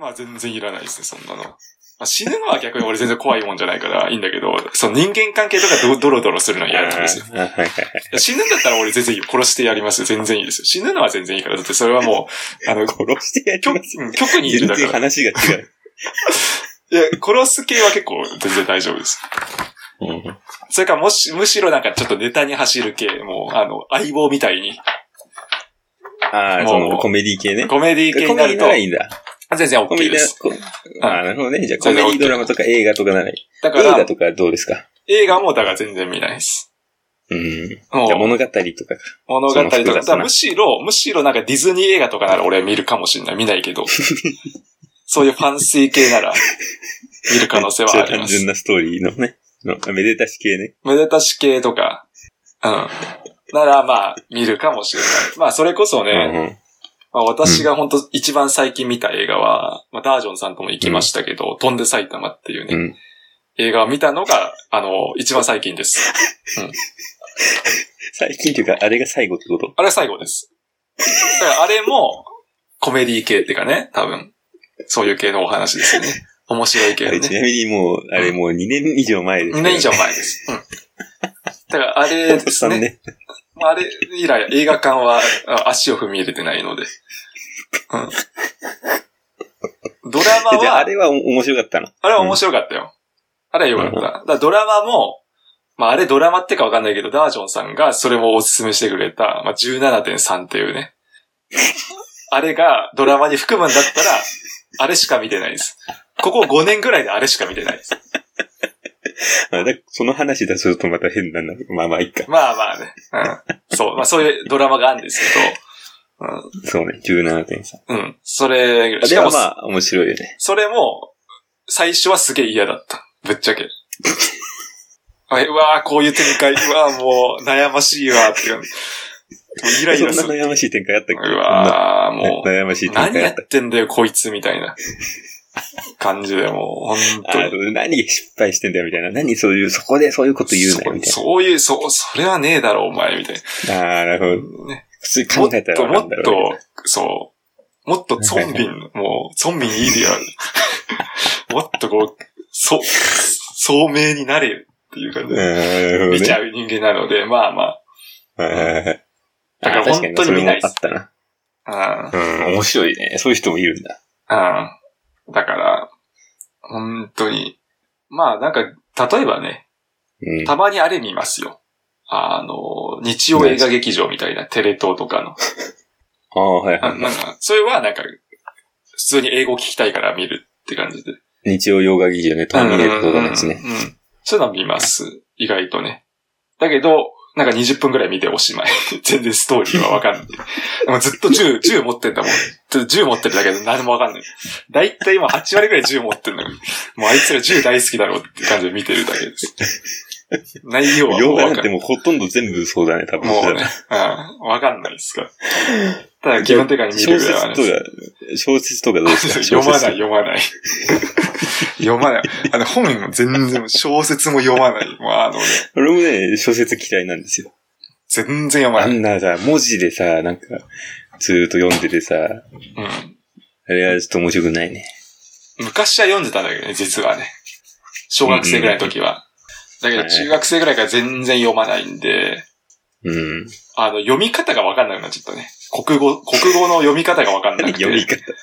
あ、全然いらないですね、そんなの。まあ、死ぬのは逆に俺全然怖いもんじゃないからいいんだけど、その人間関係とかドドロドロするのは嫌なんですよ。 はいはいはいいや死ぬんだったら俺全然いいよ殺してやりますよ。全然いいですよ。死ぬのは全然いいから。だってそれはもう、あの、殺してやり局ます。うん局にいる全だか然 ら。話が違う。いや、殺す系は結構全然大丈夫です。うんそれからもし、むしろなんかちょっとネタに走る系、もう、あの、相棒みたいに、ああ、そのコメディ系ね。コメディ系コになメディるなとら、いいんだ。全然コ OK メデでィす。なら、ああ、なるほどね。じゃあコ全メ然デ OK ィドラマとか映画とかならいい。だか映画ら、とかどうですか映画もだから全然見ないです。うん。じもゃあう、物語とかか。物語とか。その複雑なだからむしろ、むしろなんかディズニー映画とかなら俺は見るかもしれない。見ない けど。そういうファンシー系なら、見る可能性はあり単ます純。なストーリーのね。のめでたし系ね。めでたし系とか、うん。なら、まあ、見るかもしれない。まあ、それこそね、まあ、私が本当一番最近見た映画は、まあ、ダージョンさんとも行きましたけど、飛んで埼玉っていううね、んうん。うん。映画を見たのが、あの、一番最近です。最近というか、あれが最後ってことあれは最後です。だから、あれも、コメディ系っていうかね、多分、そういう系のお話ですよね。面白い系あのれちね。なみにもう、あれもう2年以上前です2ね。年以上前です。うん。だから、あれで3すね。年。まあ、あれ以来映画館はあ足を踏み入れてないので。うん、ドラマじゃあ、あは、れはお面白かったの。あれは面白かったよ。あれは良かった。だからドラマも、まああれドラマってかわかんないけど、ダージョンさんがそれもおすすめしてくれた、まあ17.3っていう ね。あれがドラマに含むんだったら、あれしか見てないです。ここ5年ぐらいであれしか見てないです。あだその話だとするとまた変なんだけど、まあまあいいか。まあまあね。うん。そう。まあそういうドラマがあるんですけど、そうね、17.3。うん。うん。それぐらい、あしれかはもまあ面白いよね。それも、最初はすげえ嫌だった。ぶっちゃけ。 あうわーこういう展開、うわーもう、悩ましいわーっていう。イライそんラすなる。悩ましい展開あったっけうわーも、そんな悩ましいう展何開あやっ。ったてんだよ、こいつ、みたいな感じで、もう、本当あに。ー何失敗してんだよみたいな。何そういう、そこでそういうこと言うなよみたいそうそういう、そう、それはねえだろ、お前、みたいな。な。ああー、なるほど。ね普通にも考っえたと、らもなっんだろうね。と、そう。もっと、ゾンビン、もう、ゾンビンいいでや る。もっとこう、そ、聡明になれよっていう感じうんで。なるほどね見ちゃう人間なので、まあまはいはいはいだあからー確かに本当にそれ見もなあいですったな。あ、うん、面白いね。そういう人もいるんだ。うん、うん。だから、本当に。まあなんか、例えばね、うん。たまにあれ見ますよ。あの、日曜映画劇場みたいな、テレ東とかの。ああ、はいはあいはなんか、それはなんか、普通に英語聞きたいから見るって感じで。い。日曜洋画劇場ね、トーミネートなんですね。うんうんうん。そういうの見ます。意外とね。だけど、なんか20分くらい見ておしまい。 全然ストーリーはわかんない。でもずっと銃、 銃持ってんだもん。ちょっと銃持ってるだけで何もわかんない。だいたい今8割くらい銃持ってんのに。もうあいつら銃大好きだろうって感じで見てるだけです。内容はも洋う画わなんかんてない。もうほとんど全部そうだね、多分。もうね、うん、わかんないですから。ただ基本的に見る小ぐらいはね説と。か、小説とかどうです か読まない、小説読まない。読まない。あの、本も全然、小説も読まない。もうあのね、俺もね、小説嫌いなんですよ。全然読まあない。んなさ、文字でさ、なんか、ずーっと読んでてさ、あうん。れはちょっと面白くないね。昔は読んでたんだけどね、実はね。小学生ぐらいの時は。だけど、中学生ぐらいから全然読まないんで、うん。あの、読み方がわかんなくなっちゃったね。国語、国語の読み方がわかんなく何て。読み方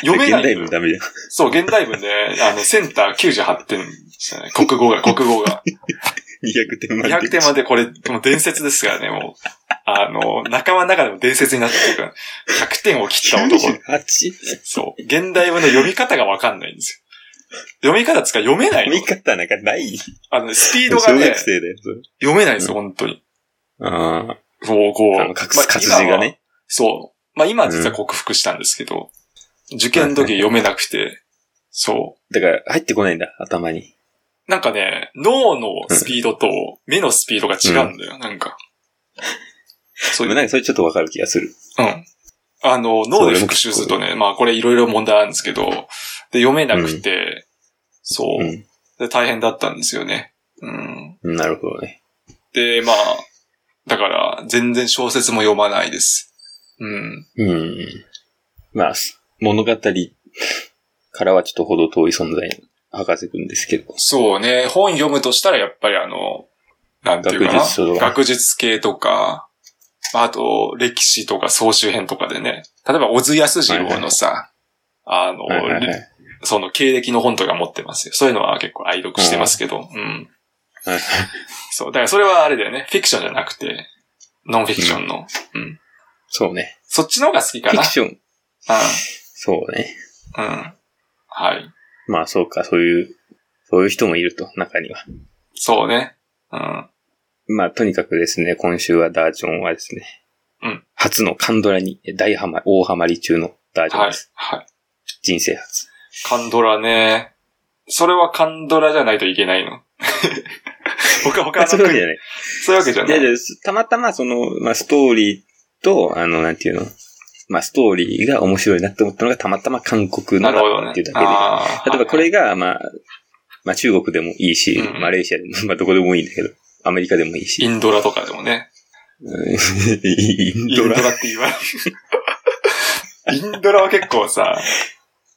読めな現代い文の。ダメじゃん。そう、現代文で、あの、センター98点でしたね。国語が、国語が。 200点満200点点。までこれ、もう伝説ですからね、もう。あの、仲間の中でも伝説になってるから、100点を切った男。 98? そう。現代文の読み方がわかんないんですよ。読み方つか読めない読のみ方なんかない。あの、スピー小ドがね学、生だよ、それ。読めないんですよ、本当に。あこう、こう。あ。あの、隠まあす活字が。今はね。そう。まあ今は実は克服したんですけど、受験の時読めなくて、そだから、入ってこないんだ、頭に。う。なんかね、脳のスピードと目のスピードが違うんだよ、なんか。そでういもうなんかそれちょっとわかる気がする。うん。あの、脳で復習するとね、まあこれいろいろ問題あるんですけど、で、読めなくて、そうう。ん。で、大変だったんですよね。うん。なるほどね。で、まあ、だから、全然小説も読まないです。うん。うん。まあ、す物語からはちょっとほど遠い存在の博士くんですけど。そうね。本読むとしたらやっぱりあの、なんていうかな。学術書とか学術系とか、あと、歴史とか総集編とかでね。例えば、小津安二郎のさ、はいはあの、いはい。その経歴の本とか持ってますよ。そういうのは結構愛読してますけど。うん。はいそう。だからそれはあれだよね。フィクションじゃなくて、ノンフィクションの。うん。そうね。そっちの方が好きかフィなク。ション。そうね。うん。うん。はい。まあそうか、そういう、そういう人もいると、中には。そうね。うん。まあとにかくですね、今週はダージョンはですね、うん初のカンドラに大ハマ、大ハマり中のダージョンはいです。。はい。人生初。カンドラね。それはカンドラじゃないといけないの。 他、他のそういうわ国けじゃない。そういうわけじゃないやい。いやたまたまその、まあストーリーと、あの、なんていうの、まあストーリーが面白いなって思ったのがたまたま韓国なるのだほどったねっていうだ。けで。あー例えばこ、れが、まあ、まあ中国でもいいし、うんマレーシアでも、まあどこでもいいんだけど、アメリカでもいいイし。ンドラとかでもね。うん インインドドララって言わない。インドラは結構さ、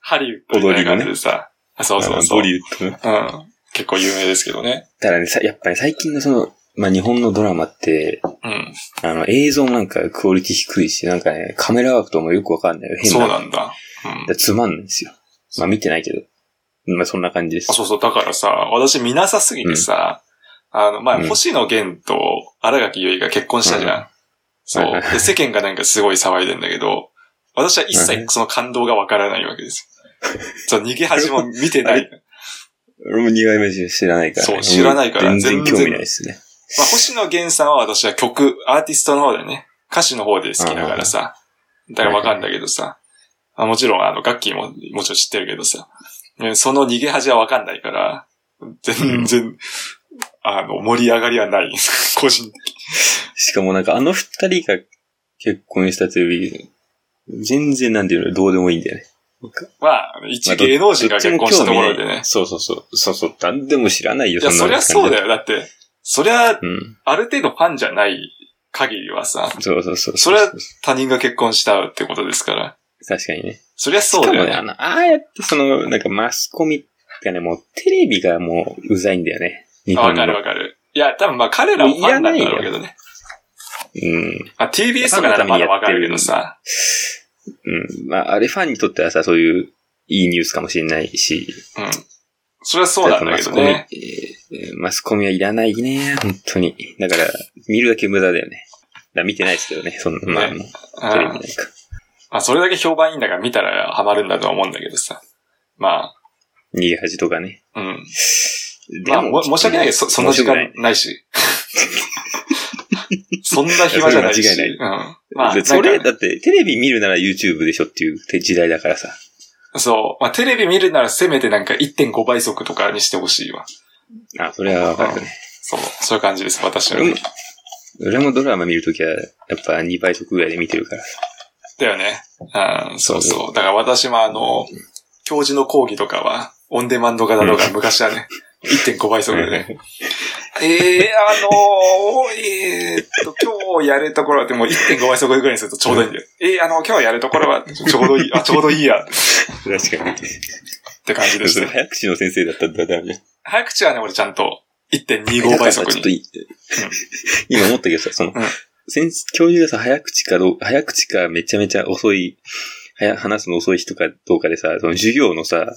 ハリウッドみたいな感じでさ。あそうそうそう。ボうん。リウッドの結構有名ですけどね。ただね、さやっぱり最近のその、まあ日本のドラマって、うん。あの映像もなんかクオリティ低いし、なんかね、カメラワークとかもよくわかんないよ。変そうなな。んだ。うん。つまんないんですよ。まあ見てないけど。まあそんな感じですあ。そうそう、だからさ、私見なさすぎてさ、あの、う前、ん星野源と荒垣結衣が結婚したじゃん。そうはいはいはで。世間がなんかすごい騒いでんだけど、私は一切その感動がわからないわけですよ。そう、逃げ恥も見てない。俺も苦い目知らないから、そう知らないから全然全然興味ないですね。まあ、星野源さんは私は曲、アーティストの方でね、歌手の方で好きだからさ、だからわかんだけどさ、まあ、もちろんあの、楽器ももちろん知ってるけどさ、ねその逃げ恥はわかんないから、全然、あの、盛り上がりはない。 個人しかもなんかあの二人が結婚したという全然なんていうの、どうでもいいんだよね。は、一芸能人が結婚したところでどっちも興味なねい。そうそうそう。そうそう。なんでも知らないよ、いや、そんりなゃそうだよ。だって、そりゃ、うん。ある程度ファンじゃない限りはさ、そうそうそう。それは他人が結婚したってことですから。確かにね。そりゃしそうかだもよね、ねあ。の、ああやってその、なんかマスコミがね、もうテレビがもううざいんだよね。日あわ本かるの。わかる。いや、多分まあ彼らもファンなんだろうけどね。うん。まあ、TBS とかならまだわかるけどさ。うん。まあ、あれファンにとってはさ、そういういいニュースかもしれないし。うん。それはそうなんだけどね。マスコミ、えーマスコミはいらないね、本当に。だから、見るだけ無駄だよね。だから見てないですけどね、そんな、まあ、ねもううんテレビなんか。まあ、それだけ評判いいんだから見たらハマるんだとは思うんだけどさ。ま逃げ恥とかね。あ、うん。でまあ、も申し訳ないけど、そそんな時間ないし。そんな暇じゃないし。いやそれ間違うん。まあ、でそれ、なんかだって、テレビ見るなら YouTube でしょっていう時代だからさ。そう。まあ、テレビ見るならせめてなんか1.5倍速とかにしてほしいわ。あ、それはわかるね。そう。そういう感じです、私は。うん俺もドラマ見るときは、やっぱ2倍速ぐらいで見てるからさ。だよね。うん、そうそう。だから私もあの、教授の講義とかは、オンデマンド型とか昔はね、1.5倍速でね。ええあのー、えーっと、今日やるところは、でも1.5倍速ぐらいにするとちょうどいいんだよ。ええあの、今日やるところは、ちょうどいい、あ、ちょうどいいや、っ確かに。て感じでそすれね。早口の先生だったんだ、ダメ。早口はね、俺ちゃんとだ1.25から倍さ速ちょっとに。い今思ったけどさ、その、うん先生教授がさ、早口かどう早口かめちゃめちゃ遅い、はや話すの遅い人かどうかでさ、その授業のさ、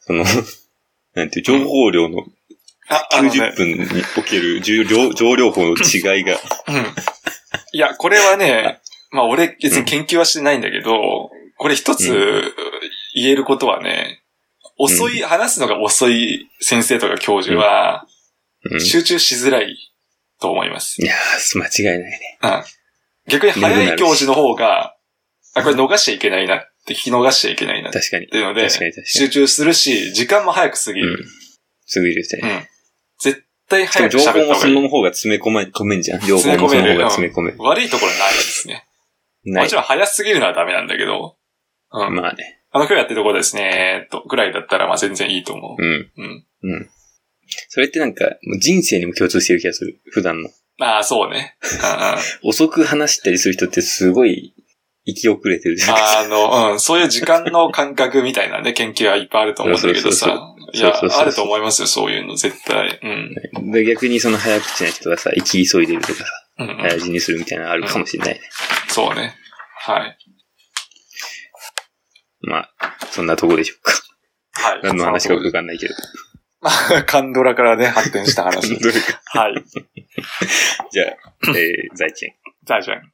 その、 なんていう、情報量のあ、あのね90、分における重量、情量法の違いが、うん。いや、これはね、まあ俺別に研究はしてないんだけど、これ一うつ言えることはね、遅い、話すのが遅い先生とか教授は、うん、い集中しづらいと思います。やー、間違いないね。逆に早い教授の方が、あ、これ逃しちゃいけないなって、聞き逃しちゃいけないなっ確かに。ていうので、確かに確か集中するし、時間も早く過ぎに。うる。ん。すぐ入れてうね。ん。絶対しか早もく情喋報った方もそがいい。の方が詰め込め、込めんじゃん。情報もその方が詰め込め。悪いところないですね。なもいち。ろん早すぎるのはダメなんだけど、うん。まあね。あの、今日やってるところですね、えーっと、ぐらいだったら、まあ全然いいと思うん。う。うん。うん。それってなんか、もう人生にも共通してる気がする。普段の。ああ、そうね。うんうん遅く話したりする人ってすごい、行き遅れてるじゃないですか。あの、 うん、そういう時間の感覚みたいなね、研究はいっぱいあると思うんだけどそうさ。いやそうそうそう、そうあると思いますよ、そういうの、絶対。うん。で逆にその早口な人はさ、行き急いでるとかさ、うんうん、早死にするみたいなのあるかもしれないね。そうね。はい。まあ、そんなとこでしょうか。はい。何の話かわかんないけど。ま あ、カンドラからね、発展した ど話。れか。はい。 じゃあ、えー、在見。大丈夫。